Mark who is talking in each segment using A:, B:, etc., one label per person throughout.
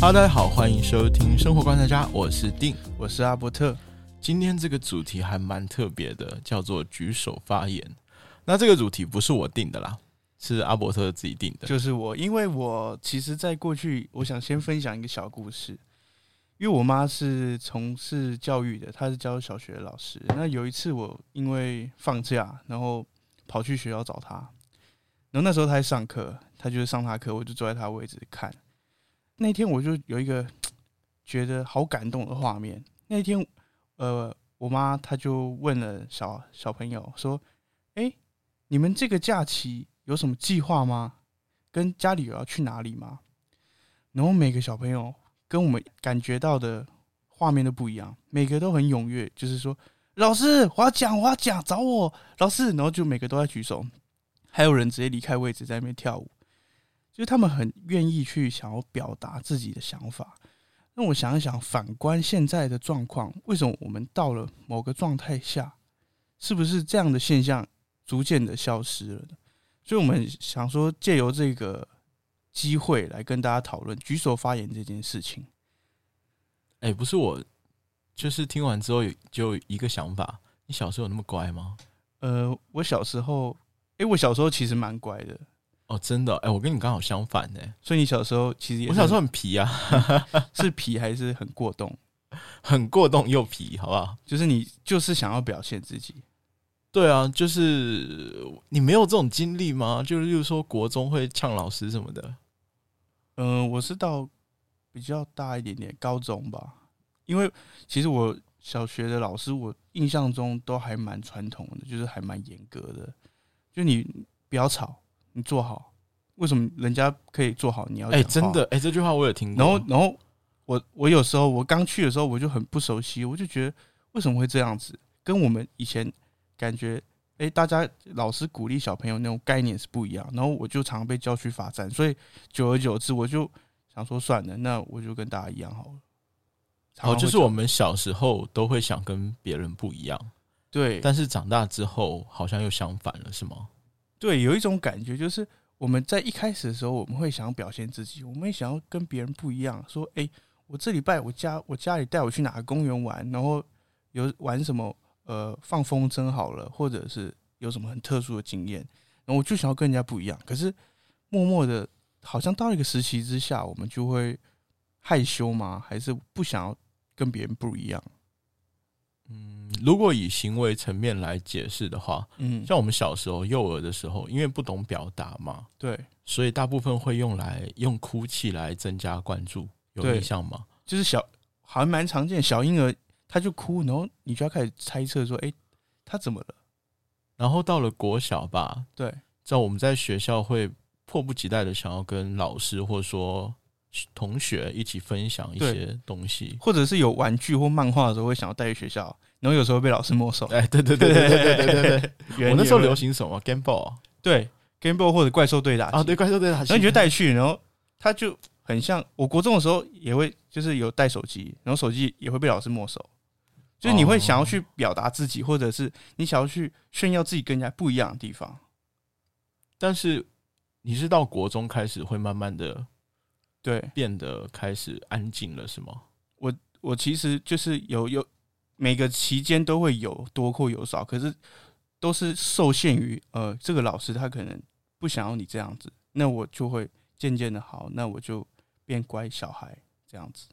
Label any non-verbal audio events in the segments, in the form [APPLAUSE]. A: Hello，大家好，欢迎收听《生活观察家》，我是定。
B: 我是阿伯特。
A: 今天这个主题还蛮特别的，叫做“举手发言”。那这个主题不是我定的啦，是阿伯特自己定的。
B: 就是我，因为我其实，在过去，我想先分享一个小故事，因为我妈是从事教育的，她是教小学的老师。那有一次，我因为放假，然后跑去学校找她，然后那时候她在上课，她就是上她课，我就坐在她位置看。那天我就有一个觉得好感动的画面。那天，呃，我妈她就问了小小朋友说：“哎、你们这个假期有什么计划吗？跟家里有要去哪里吗？”然后每个小朋友跟我们感觉到的画面都不一样，每个都很踊跃，就是说：“老师，我要讲，我要讲，找我老师。”然后就每个都在举手，还有人直接离开位置在那边跳舞，就是他们很愿意去想要表达自己的想法。那我想一想，反观现在的状况，为什么我们到了某个状态下，是不是这样的现象逐渐的消失了呢？所以，我们想说，借由这个机会来跟大家讨论举手发言这件事情。
A: 哎、不是我，就是听完之后有就有一个想法：你小时候有那么乖吗？
B: 呃，我小时候，诶，我小时候其实蛮乖的，
A: 哦，真的，哎、我跟你刚好相反呢、
B: 所以你小时候其实也
A: 我小时候很皮啊， [LAUGHS]
B: 是皮还是很 [LAUGHS] 过动，
A: 很过动又皮，好不好？
B: 就是你就是想要表现自己，
A: 对啊，就是你没有这种经历吗？就是，例如说国中会呛老师什么的，
B: 嗯、我是到比较大一点点，高中吧，因为其实我小学的老师，我印象中都还蛮传统的，就是还蛮严格的，就你不要吵，你做好。为什么人家可以做好，你要
A: 哎、
B: 讲
A: 真
B: 话
A: 的，哎、这句话我有听过。
B: 然后，然后我我有时候我刚去的时候我就很不熟悉，我就觉得为什么会这样子，跟我们以前感觉，哎、大家老师鼓励小朋友那种概念是不一样。然后我就常被叫去罚站，所以久而久之我就想说算了，那我就跟大家一样好了。常
A: 哦，
B: 常会
A: 就是
B: 这样
A: 我们小时候都会想跟别人不一样，
B: 对
A: 但是长大之后好像又相反了，是吗？
B: 对，有一种感觉就是我们在一开始的时候，我们会想要表现自己，我们会想要跟别人不一样，说，哎、我这礼拜我家我家里带我去哪个公园玩，然后有玩什么呃放风筝好了，或者是有什么很特殊的经验，然后我就想要跟人家不一样。可是默默的，好像到了一个时期之下，我们就会害羞吗？还是不想要跟别人不一样？
A: 嗯，如果以行为层面来解释的话，
B: 嗯，
A: 像我们小时候幼儿的时候，因为不懂表达嘛，
B: 对，
A: 所以大部分会用来用哭泣来增加关注，有
B: 对
A: 印象吗？
B: 就是小好像蛮常见，小婴儿他就哭，然后你就要开始猜测说，哎、他怎么了？
A: 然后到了国小吧，
B: 对
A: 在我们在学校会迫不及待的想要跟老师或者说同学一起分享一
B: 对
A: 些东西。
B: 或者是有玩具或漫画的时候会想要带去学校，然后有时候被老师没收。
A: 哎，对对对对对对对对对！我那时候流
B: 行
A: 行什么 Game Boy 啊
B: 对 Game Boy 或者怪兽对打
A: 啊，
B: 机
A: 对，怪兽对打
B: 然后
A: 机
B: 你就带去，然后他就很像我国中的时候也会，就是有带手机，然后手机也会被老师没收。就是你会
A: 哦
B: 想要去表达自己，或者是你想要去炫耀自己跟人家不一样的地方。
A: 但是你是到国中开始会慢慢的
B: 对
A: 变得开始安静了，是吗？
B: 我其实就是有有每个期间都会有多或有少，可是都是受限于呃这个老师他可能不想要你这样子，那我就会渐渐的好，那我就变乖小孩这样子。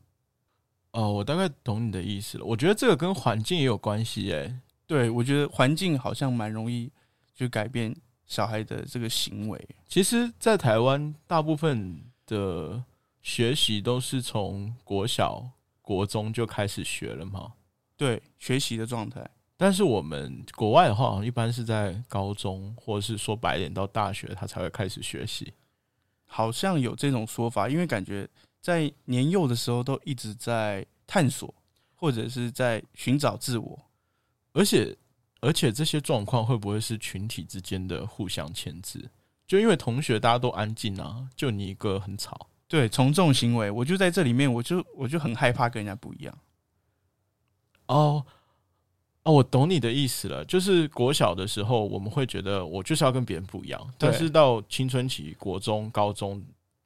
A: 哦，我大概懂你的意思了。我觉得这个跟环境也有关系，哎，
B: 对我觉得环境好像蛮容易就改变小孩的这个行为。
A: 其实，在台湾大部分的学习都是从国小、国中就开始学了嘛。
B: 对学习的状态，
A: 但是我们国外的话，好像一般是在高中，或者是说白点到大学，他才会开始学习。
B: 好像有这种说法，因为感觉在年幼的时候都一直在探索，或者是在寻找自我。
A: 而且，而且这些状况会不会是群体之间的互相牵制？就因为同学大家都安静啊，就你一个很吵。
B: 对从众行为，我就在这里面，我就我就很害怕跟人家不一样。
A: 哦哦，我懂你的意思了。就是国小的时候，我们会觉得我就是要跟别人不一样，
B: 对
A: 但是到青春期、国中、高中，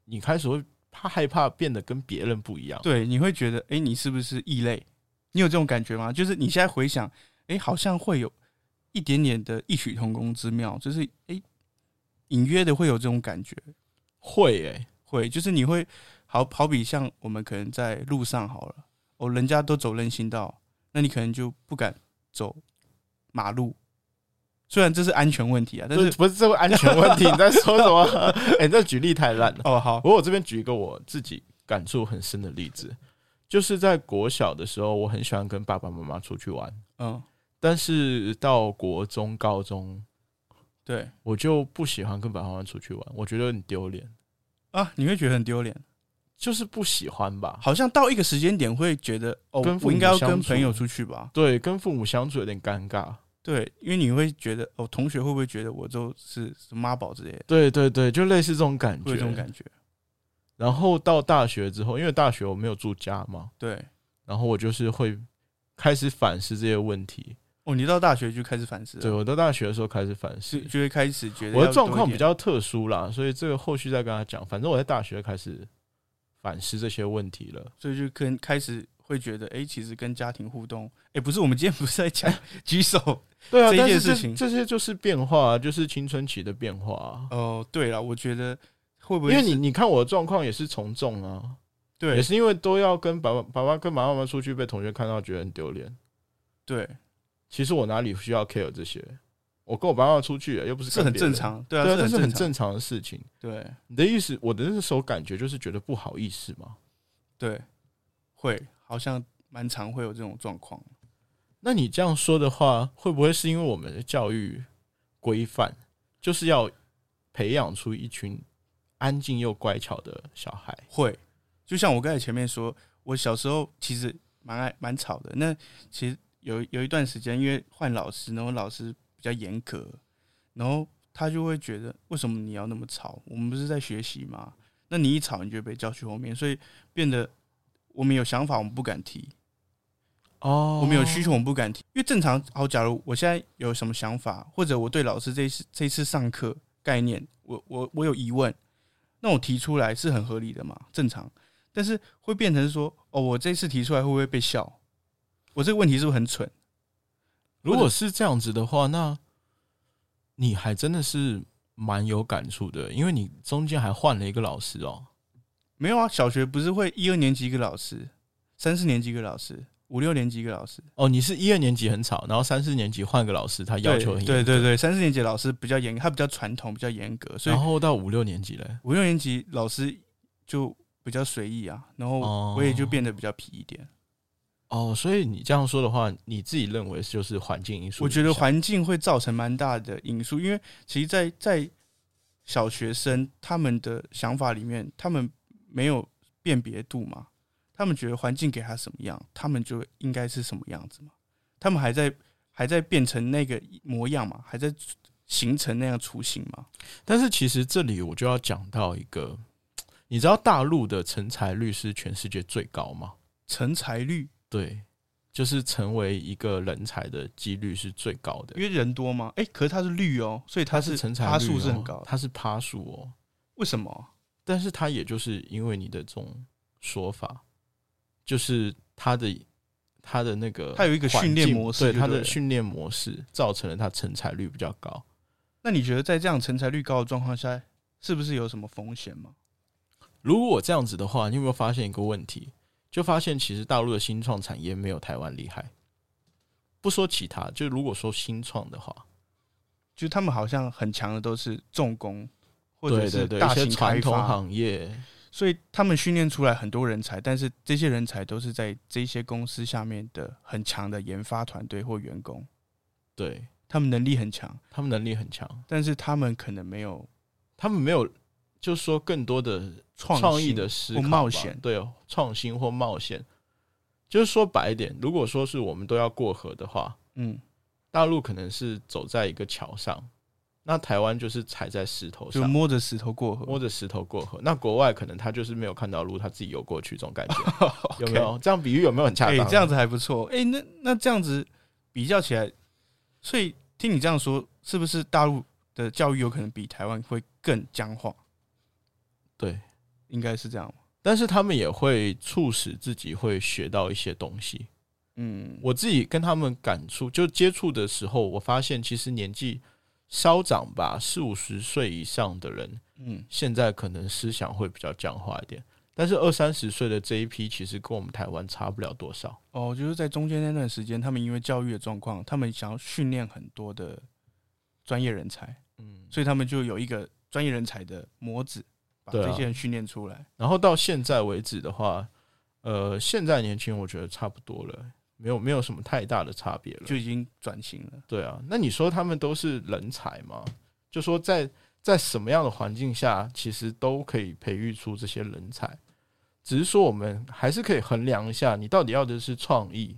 A: 你开始会他害怕变得跟别人不一样。
B: 对，你会觉得，哎、你是不是异类？你有这种感觉吗？就是你现在回想，哎、好像会有一点点的异曲同工之妙，就是哎、诶隐约的会有这种感觉，
A: 会欸诶、
B: 会，就是你会好好比像我们可能在路上好了，哦，人家都走人行道，那你可能就不敢走马路，虽然这是安全问题啊，但
A: 不
B: 是
A: 是不是这个安全问
B: [LAUGHS]
A: 题，你在说什么？ [LAUGHS] 哎、你这举例太烂了。
B: 哦，好，
A: 不过我这边举一个我自己感触很深的例子，就是在国小的时候，我很喜欢跟爸爸妈妈出去玩，
B: 嗯，
A: 但是到国中、高中，
B: 对
A: 我就不喜欢跟爸爸妈妈出去玩，我觉得很丢脸，
B: 啊，你会觉得很丢脸，
A: 就是不喜欢吧。
B: 好像到一个时间点会觉得，哦
A: 跟，父
B: 我应
A: 母
B: 该要
A: 相
B: 跟
A: 处
B: 朋友出去吧，
A: 对，跟父母相处有点尴尬。
B: 对，因为你会觉得哦，同学会不会觉得我就是什么妈宝之类的，
A: 对对对，就类似这种感
B: 会有
A: 觉。
B: 这种感觉。
A: 然后到大学之后，因为大学我没有住家嘛，
B: 对，
A: 然后我就是会开始反思这些问题。
B: 哦，你到大学就开始反思
A: 对
B: 了，
A: 我到大学的时候开始反思
B: 啊是，就会开始觉得
A: 我
B: 要
A: 的状
B: 多一
A: 况比
B: 点
A: 较特殊啦，所以这个后续再跟他讲。反正我在大学开始反思这些问题了。
B: 所以就跟开始会觉得，哎、其实跟家庭互动，哎、不是，我们今天不是在讲
A: 哎
B: [LAUGHS] 举手。
A: 对啊，
B: 这一
A: 但
B: 件
A: 是这
B: 事情
A: 这些就是变化啊，就是青春期的变化啊。
B: 哦，对了，我觉得会不
A: 因
B: 会
A: 为
B: 是
A: 你你看我的状况也是从众啊，也
B: 对
A: 是因为都要跟爸爸、爸爸跟妈妈出去，被同学看到觉得很丢脸。
B: 对
A: 其实我哪里需要 care 这些？我跟我爸妈出去啊又不是
B: 是
A: 跟
B: 很
A: 别人
B: 正，常，对啊，
A: 对啊，这是
B: 很
A: 很
B: 正常，
A: 正常的事情。
B: 对
A: 你的意思，我的那时候感觉就是觉得不好意思嘛。
B: 对，会好像蛮常会有这种状况。
A: 那你这样说的话，会不会是因为我们的教育规范就是要培养出一群安静又乖巧的小孩？
B: 会，就像我刚才前面说，我小时候其实蛮爱蛮吵的。那其实有有一段时间，因为换老师，然后老师比较严格，然后他就会觉得为什么你要那么吵？我们不是在学习吗？那你一吵，你就被叫去后面，所以变得我们有想法，我们不敢提；
A: 哦
B: 我们有需求，我们不敢提。因为正常，好，假如我现在有什么想法，或者我对老师这一次这一次上课概念，我我我有疑问，那我提出来是很合理的嘛，正常。但是会变成说，哦，我这次提出来会不会被笑？我这个问题是不是很蠢？
A: 如果是这样子的话，那你还真的是蛮有感触的，因为你中间还换了一个老师哦。
B: 没有啊，小学不是会一二年级一个老师，三四年级一个老师，五六年级一个老师，
A: 哦，你是一二年级很吵，然后三四年级换个老师，他要求很严
B: 对对对
A: 格，
B: 对，三四年级老师比较严，他比较传统，比较严格，所以
A: 然后到五六年级嘞，
B: 五六年级老师就比较随意啊，然后
A: 哦
B: 我也就变得比较皮一点。
A: 哦，所以你这样说的话，你自己认为就是环境因素
B: 我
A: 影响？
B: 觉得环境会造成蛮大的因素，因为其实在，在小学生他们的想法里面，他们没有辨别度嘛，他们觉得环境给他什么样，他们就应该是什么样子嘛，他们还在还在变成那个模样嘛，还在形成那样雏形嘛，
A: 但是其实这里我就要讲到一个，你知道大陆的成才率是全世界最高吗？
B: 成才率，
A: 对，就是成为一个人才的几率是最高的
B: 因。为人多嘛，诶，可是它是绿哦，所以它
A: 它
B: 是
A: 是成才率、
B: 趴
A: 哦，
B: 数是很高的，
A: 它是趴数哦。
B: 为什么？
A: 但是它也就是因为你的这种说法，就是它的它的那个环境，
B: 它有一个训练模式
A: 对
B: 就
A: 它
B: 对
A: 的
B: 了
A: 训练模式造成了它成才率比较高。
B: 那你觉得在这样成才率高的状况下，是不是有什么风险吗？
A: 如果我这样子的话，你有没有发现一个问题？就发现其实大陆的新创产业没有台湾厉害。不说其他，就如果说新创的话，
B: 就他们好像很强的都是重工或者
A: 对对
B: 是
A: 对，
B: 大
A: 一些
B: 型
A: 传
B: 开
A: 统
B: 发，
A: 行业，
B: 所以他们训练出来很多人才，但是这些人才都是在这些公司下面的很强的研发团队或员工，
A: 对
B: 他们能力很强，
A: 他们能力很强，
B: 但是他们可能没有
A: 他们没有就说更多的
B: 创
A: 创意
B: 新
A: 的思
B: 或
A: 考吧
B: 冒险
A: 对哦，创新或冒险。就是说白一点，如果说是我们都要过河的话，
B: 嗯，
A: 大陆可能是走在一个桥上，那台湾就是踩在石头
B: 就
A: 上，
B: 摸着石头过河，
A: 摸着 [LAUGHS] 石头过河。那国外可能他就是没有看到路，他自己游过去，这种感觉
B: 哦 OK
A: 有没？有？这样比喻有没有很恰
B: 哎、
A: 当？
B: 这样子还不错。哎、那那这样子比较起来，所以听你这样说，是不是大陆的教育有可能比台湾会更僵化？
A: 对，
B: 应该是这样吗
A: 但是他们也会促使自己会学到一些东西。
B: 嗯，
A: 我自己跟他们感触，就接触的时候，我发现其实年纪稍长吧，四五十岁以上的人，
B: 嗯
A: 现在可能思想会比较僵化一点。但是二三十岁的这一批，其实跟我们台湾差不了多少。
B: 哦，就是在中间那段时间，他们因为教育的状况，他们想要训练很多的专业人才，
A: 嗯，
B: 所以他们就有一个专业人才的模子，把
A: 对啊
B: 这些人训练出来。
A: 然后到现在为止的话，呃，现在年轻人我觉得差不多了，没有没有什么太大的差别了。
B: 就已经转型了。
A: 对啊，那你说他们都是人才吗？就说在在什么样的环境下，其实都可以培育出这些人才，只是说我们还是可以衡量一下，你到底要的是创意，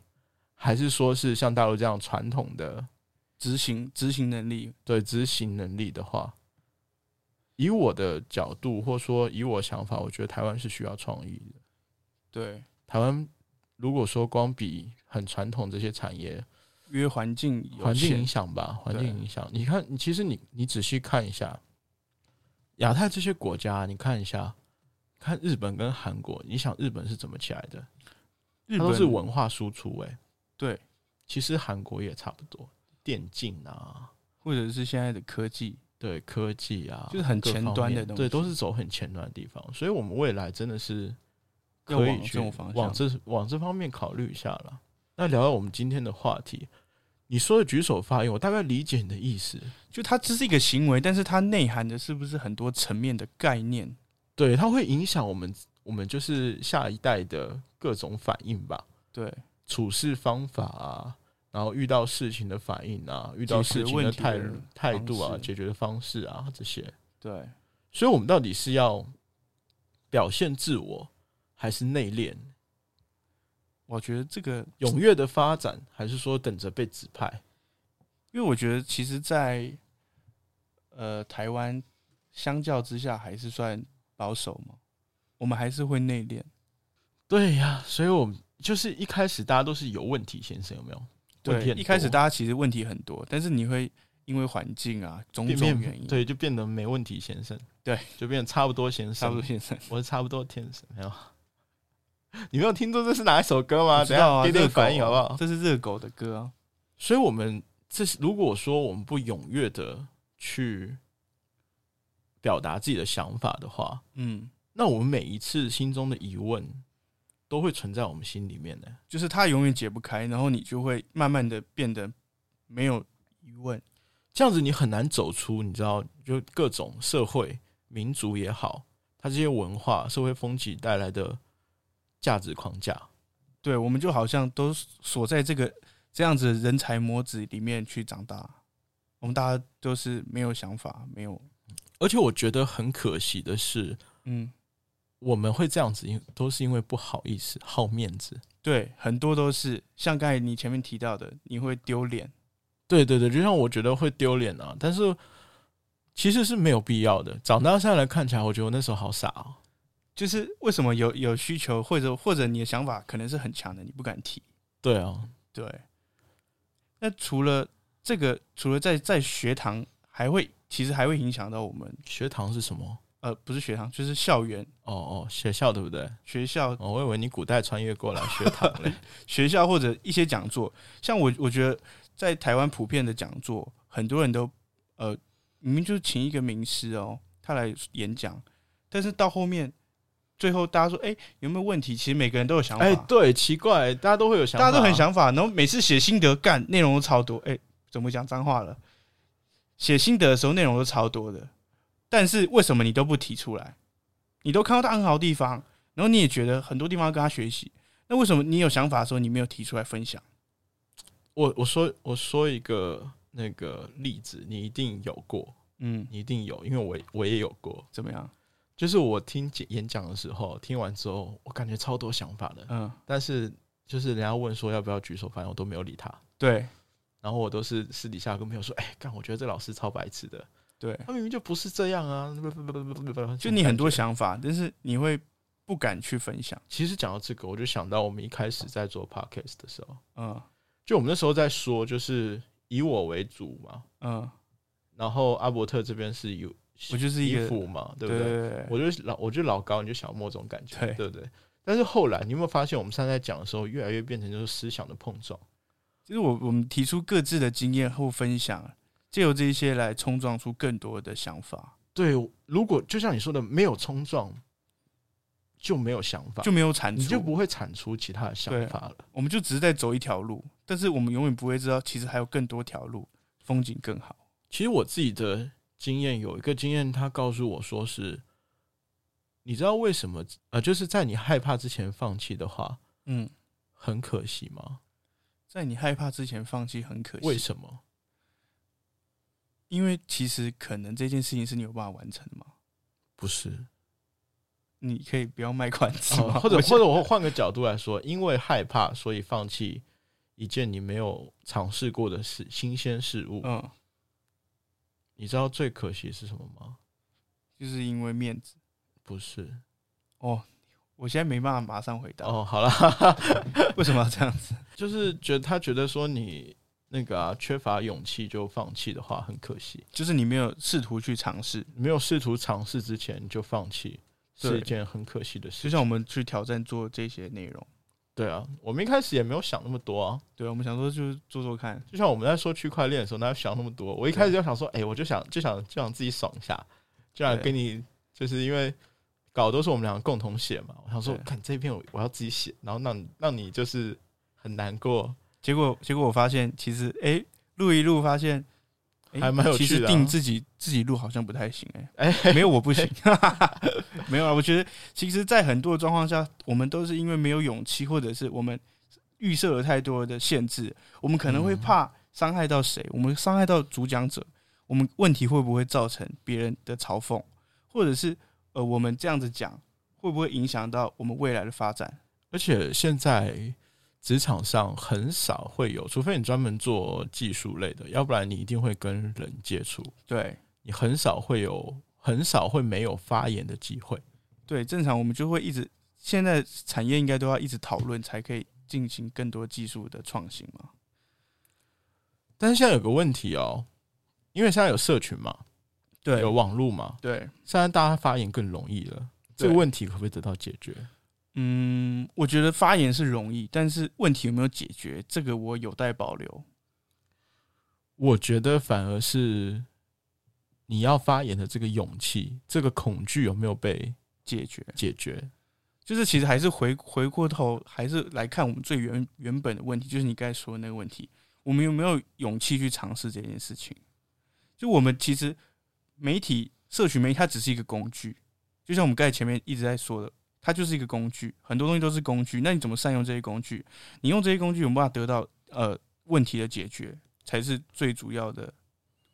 A: 还是说是像大陆这样传统的
B: 执行执行能力，
A: 对执行能力的话，以我的角度或说以我想法，我觉得台湾是需要创意的。
B: 对，
A: 台湾如果说光比很传统这些产业，
B: 因为环境有
A: 环境
B: 限
A: 影响吧，环境
B: 对
A: 影响。你看，你其实你你仔细看一下，亚太这些国家，你看一下，看日本跟韩国，你想日本是怎么起来的？
B: 日
A: 它
B: 本
A: 都是文化输出、欸，
B: 对，
A: 其实韩国也差不多，电竞啊，
B: 或者是现在的科技，
A: 对科技啊，
B: 就是很
A: 各
B: 前
A: 方
B: 端的
A: 面
B: 东
A: 对，都
B: 西
A: 是走很前端的地方。所以我们未来真的是
B: 要
A: 可以
B: 往这
A: 去
B: 种方
A: 往
B: 向。
A: 这往这方面考虑一下了。那聊到我们今天的话题，你说的举手发言，我大概理解你的意思。
B: 就它只是一个行为，但是它内涵的是不是很多层面的概念？
A: 对，它会影响我们，我们就是下一代的各种反应吧，
B: 对，
A: 处事方法啊，然后遇到事情的反应啊，遇到事情
B: 问
A: 的
B: 题
A: 态
B: 的
A: 态度啊，
B: 方式
A: 解决的方式啊这些。
B: 对，
A: 所以，我们到底是要表现自我，还是内敛、
B: 我觉得这个，
A: 踊跃的发展，还是说等着被指派？
B: 因为我觉得其实在，呃台湾相较之下还是算保守嘛，我们还是会内敛。
A: 对呀、所以我们就是一开始大家都是有问题先生，有没有？问题
B: 对，
A: 很
B: 一开始
A: 多
B: 大家其实问题很多，但是你会因为环境啊种
A: 变
B: 种
A: 变
B: 原因，
A: 对，就变得没问题先生，
B: 对，
A: 就变得差不多先生，
B: 差不多先生。
A: 我是差不多天使，没有。你没有听出这是哪一首歌吗？
B: [LAUGHS] 我知
A: 等一
B: 道
A: 下
B: 啊，
A: 给
B: 热
A: 点
B: 狗
A: 反应好不好？
B: 这是热狗的歌啊，
A: 所以，我们这是如果说我们不踊跃的去表达自己的想法的话，
B: 嗯，
A: 那我们每一次心中的疑问都会存在我们心里面的。
B: 就是它永远解不开，然后你就会慢慢的变得没有疑问，
A: 这样子你很难走出，你知道，就各种社会、民族也好，它这些文化、社会风气带来的价值框架。
B: 对，我们就好像都锁在这个这样子的人才模子里面去长大，我们大家都是没有想法，没有，
A: 而且，我觉得很可惜的是，
B: 嗯，
A: 我们会这样子，因都是因为不好意思、好面子。
B: 对，很多都是像刚才你前面提到的，你会丢脸，
A: 对对对，就像我觉得会丢脸啊，但是其实是没有必要的。长大下来看起来，我觉得我那时候好傻哦。
B: 就是为什么有有需求，或者或者你的想法可能是很强的，你不敢提，
A: 对啊，
B: 对。那除了这个，除了在在学堂，还会其实还会影响到我们，
A: 学堂是什么？
B: 呃，不是学堂，就是校园、
A: 哦哦，学校对不对？
B: 学校、
A: 哦，我以为你古代穿越过来学堂嘞。
B: 学校或者一些讲座。像我，我觉得在台湾普遍的讲座，很多人都呃，明明就是请一个名师哦，他来演讲，但是到后面最后大家说，哎、有没有问题？其实每个人都有 [LAUGHS] 想法，
A: 哎、对，奇怪，大家都会有想
B: 大
A: 法、啊
B: 家都很。想法，然后每次写心得干内容都超多，哎、怎么讲脏话了？写心得的时候内容都超多的，但是为什么你都不提出来？你都看到他很好的地方，然后你也觉得很多地方要跟他学习，那为什么你有想法的时候你没有提出来分享？
A: 我我说我说一个那个例子，你一定有过，
B: 嗯，
A: 你一定有，因为我我也有过。
B: 怎么样？
A: 就是我听讲演讲的时候，听完之后，我感觉超多想法的。
B: 嗯，
A: 但是就是人家问说要不要举手发言，我都没有理他。
B: 对
A: 然后我都是私底下跟朋友说：“哎、干，我觉得这老师超白痴的，
B: 对，
A: 他明明就不是这样啊！”不不不不不不，
B: 就你很多。想法，但是你会不敢去分享。
A: 其实讲到这个，我就想到我们一开始在做 podcast 的时候，
B: 嗯
A: 就我们那时候在说，就是以我为主嘛，
B: 嗯
A: 然后阿伯特这边是以
B: 我就是一个
A: 衣服嘛，对
B: 对
A: 不对？
B: 对对，
A: 我就是老，我就是老高，你就小莫这种感觉，
B: 对
A: 对不对？但是后来，你有没有发现，我们上次在讲的时候，越来越变成就是思想的碰撞？
B: 其实我我们提出各自的经验后分享，借由这一些来冲撞出更多的想法，
A: 对，如果就像你说的，没有冲撞，就没有想法，
B: 就没有产出，
A: 你就不会产出其他的想
B: 对
A: 法了。
B: 我们就只是在走一条路，但是我们永远不会知道，其实还有更多条路，风景更好。
A: 其实我自己的经验有一个经验，他告诉我说是，你知道为什么？呃，就是在你害怕之前放弃的话，
B: 嗯，
A: 很可惜吗？
B: 在你害怕之前放弃很可惜，
A: 为什么？
B: 因为其实可能这件事情是你有办法完成的嘛，
A: 不是，
B: 你可以不要卖关子
A: 哦
B: 嘛，
A: 或者
B: 我觉
A: 或者我换个角度来说，因为害怕，所以放弃一件你没有尝试过的事，新鲜事物。
B: 嗯，
A: 你知道最可惜是什么吗？
B: 就是因为面子
A: 不是
B: 哦。我现在没办法马上回答，
A: 哦，好了，
B: 为什么要这样子？
A: [LAUGHS] 就是觉得他觉得说你那个啊，缺乏勇气就放弃的话，很可惜。
B: 就是你没有试图去尝试，
A: 没有试图尝试之前就放弃，
B: 对
A: 是一件很可惜的事
B: 就
A: 情。
B: 像我们去挑战做这些内容，
A: 对啊，我们一开始也没有想那么多啊。
B: 对，我们想说就是做做看，
A: 就像我们在说区块链的时候，哪有想那么多？我一开始就想说，哎、我就想就想就想自己爽一下，就想
B: 对
A: 跟你，就是因为稿都是我们两个共同写嘛。我想说
B: 对，
A: 看这一篇我我要自己写，然后让你让你就是很难过，
B: 结果结果我发现其实哎录一录发现。诶
A: 还蛮有
B: 其
A: 趣
B: 实
A: 的啊
B: 定自己自己录好像不太行哎、
A: 哎、
B: 没有我
A: [LAUGHS]
B: 不行，没有啊。我觉得其实，在很多的状况下，我们都是因为没有勇气，或者是我们预设了太多的限制，我们可能会
A: 嗯
B: 怕伤害到谁，我们伤害到主讲者，我们问题会不会造成别人的嘲讽，或者是呃，我们这样子讲会不会影响到我们未来的发展？
A: 而且现在职场上很少会有，除非你专门做技术类的，要不然你一定会跟人接触。
B: 对
A: 你很少会有很少会没有发言的机会。
B: 对，正常我们就会一直，现在产业应该都要一直讨论，才可以进行更多技术的创新嘛。
A: 但是现在有个问题哦，因为现在有社群嘛，
B: 对
A: 有网络嘛，
B: 对，
A: 现在大家发言更容易了，这
B: 对
A: 个问题可不可以得到解决？
B: 嗯，我觉得发言是容易，但是问题有没有解决，这个我有待保留。
A: 我觉得反而是你要发言的这个勇气，这个恐惧有没有被
B: 解决
A: 解决？
B: 就是其实还是回回过头，还是来看我们最原原本的问题，就是你刚才说的那个问题，我们有没有勇气去尝试这件事情？就我们其实媒体、社群媒体它只是一个工具，就像我们刚才前面一直在说的，它就是一个工具，很多东西都是工具。那你怎么善用这些工具？你用这些工具有没有办法得到呃问题的解决，才是最主要的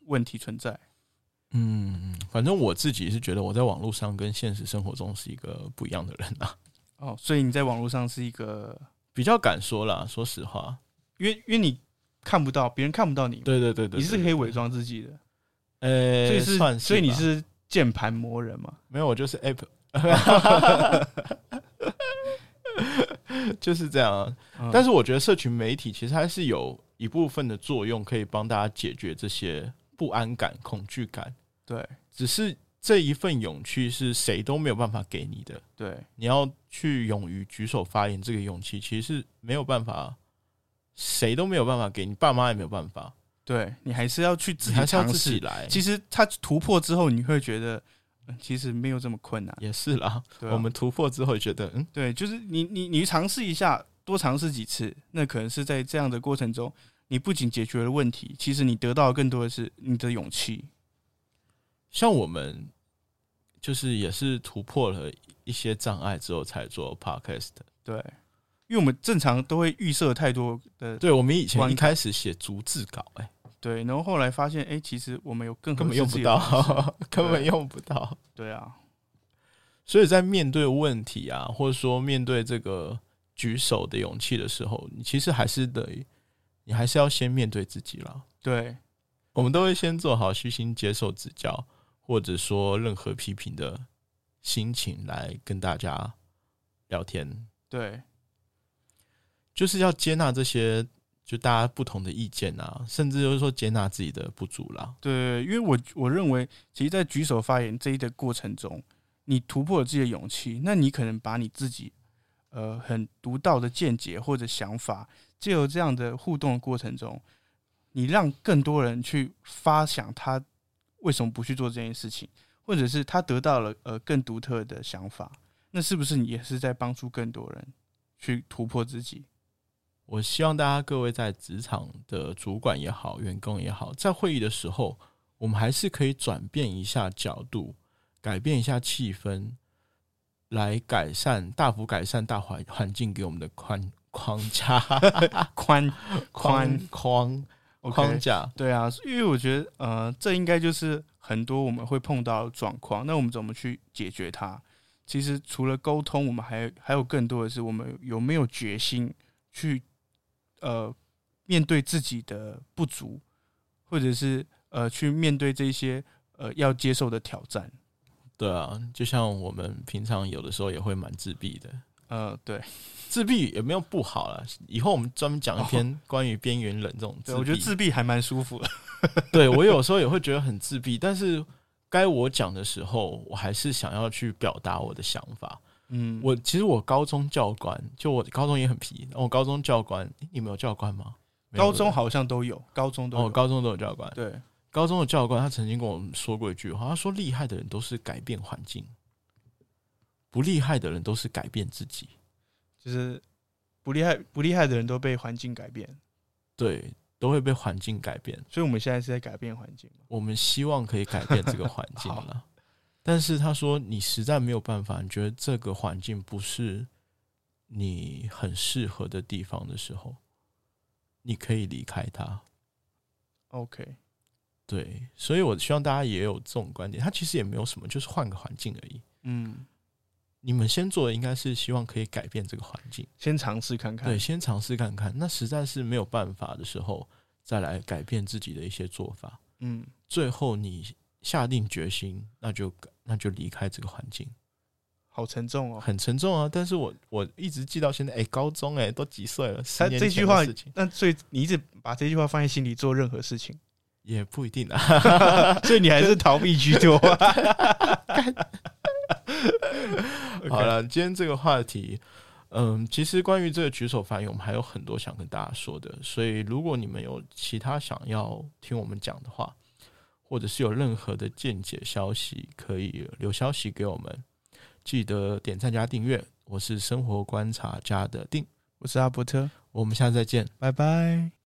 B: 问题存在。
A: 嗯，反正我自己是觉得我在网络上跟现实生活中是一个不一样的人啊， [LAUGHS]
B: 哦，所以你在网络上是一个，
A: 比较敢说啦，说实话。
B: 因为因为你看不到，别人看不到你，
A: 对对对对，
B: 你是可以伪，装自己的，
A: 呃，
B: 所以是
A: 算
B: 所以你
A: 吧
B: 是键盘魔人嘛？
A: 没有，我就是 app，就是这样啊。但
B: 是
A: 是我觉得社群媒体其实还是有一部分的作用，可以帮大家解决这些不安感、恐惧感。
B: 对
A: 只是这一份勇气是谁都没有办法给你的，
B: 对
A: 你要去勇于举手发言，这个勇气其实是没有办法，谁都没有办法给你，爸妈也没有办法，
B: 对，你还是要去自
A: 你
B: 己
A: 还是要
B: 尝
A: 自己
B: 试。
A: 来。
B: 其实他突破之后，你会觉得、嗯其实没有这么困难。
A: 也是啦，
B: 对啊
A: 我们突破之后觉得，嗯，
B: 对，就是你你你尝试一下，多尝试几次，那可能是在这样的过程中，你不仅解决了问题，其实你得到更多的是你的勇气。
A: 像我们就是也是突破了一些障碍之后才做 podcast 的。
B: 对，因为我们正常都会预设太多的
A: 对，我们以
B: 观
A: 前一
B: 感
A: 开始写逐字稿、哎，
B: 对，然后后来发现，哎、其实我们有更合
A: 根本
B: 适
A: 用
B: 自
A: 不
B: 己的方式。
A: 到， [LAUGHS] 根本
B: 对
A: 用不到。
B: 对啊，
A: 所以在面对问题啊，或者说面对这个举手的勇气的时候，你其实还是得，你还是要先面对自己啦。
B: 对
A: 我们都会先做好虚心接受指教，或者说任何批评的心情来跟大家聊天。
B: 对
A: 就是要接纳这些就大家不同的意见啊，甚至就是说接纳自己的不足啦。
B: 对，因为我我认为，其实，在举手发言这一的过程中，你突破了自己的勇气，那你可能把你自己呃很独到的见解或者想法，借由这样的互动的过程中，你让更多人去发想他为什么不去做这件事情，或者是他得到了呃更独特的想法，那是不是你也是在帮助更多人去突破自己？ [LAUGHS]
A: 我希望大家各位在职场的主管也好，员工也好，在会议的时候，我们还是可以转变一下角度，改变一下气氛，来改善大幅改善大环环境给我们的框框
B: [LAUGHS]
A: 架
B: 宽
A: 框框
B: OK
A: 框架。
B: 对啊，因为我觉得，呃，这应该就是很多我们会碰到的状况。那我们怎么去解决它？其实除了沟通，我们还还有更多的是，我们有没有决心去呃面对自己的不足，或者是呃去面对这些呃要接受的挑战。
A: 对啊，就像我们平常有的时候也会蛮自闭的，
B: 呃，对，
A: 自闭也没有不好啦。以后我们专门讲一篇关于边缘人这种自
B: 哦对
A: 闭。
B: 我觉得自闭还蛮舒服的。
A: 对我有时候也会觉得很自闭，但是该我讲的时候，我还是想要去表达我的想法。
B: 嗯，
A: 我其实我高中教官，就我高中也很皮，我高中教官，诶你们有教官吗？没有
B: 高中好像都有，高中
A: 对不对
B: 都有。
A: 哦，高中都有教官。
B: 对，
A: 高中的教官他曾经跟我们说过一句话，他说厉害的人都是改变环境，不厉害的人都是改变自己。
B: 就是不厉害不厉害的人都被环境改变。
A: 对，都会被环境改变。
B: 所以我们现在是在改变环境嘛。
A: 我们希望可以改变这个环境
B: 好
A: 了。但是他说，你实在没有办法，你觉得这个环境不是你很适合的地方的时候，你可以离开它。
B: OK，
A: 对，所以我希望大家也有这种观点。他其实也没有什么，就是换个环境而已。
B: 嗯，
A: 你们先做的应该是希望可以改变这个环境，
B: 先尝试看看。
A: 对，，先尝试看看。那实在是没有办法的时候，再来改变自己的一些做法。
B: 嗯，
A: 最后你下定决心，那就那就离开这个环境，
B: 好沉重哦。
A: 很沉重啊。但是我我一直记到现在，哎、高中哎、都几岁了，十
B: 他
A: 年
B: 这
A: 前
B: 句
A: 的
B: 话
A: 事情，
B: 但所以你一直把这句话放在心里做任何事 [LAUGHS] 情，
A: 也不一定
B: [LAUGHS]
A: 啊。
B: 所以你还是逃避居多。
A: 好了，今天这个话题，嗯，其实关于这个举手发言，我们还有很多想跟大家说的。所以，如果你们有其他想要听我们讲的话，或者是有任何的见解、消息，可以留消息给我们。记得点赞加订阅，我是生活观察家的定，
B: [LAUGHS] 我是阿伯特，
A: 我们下次再见。
B: 拜拜。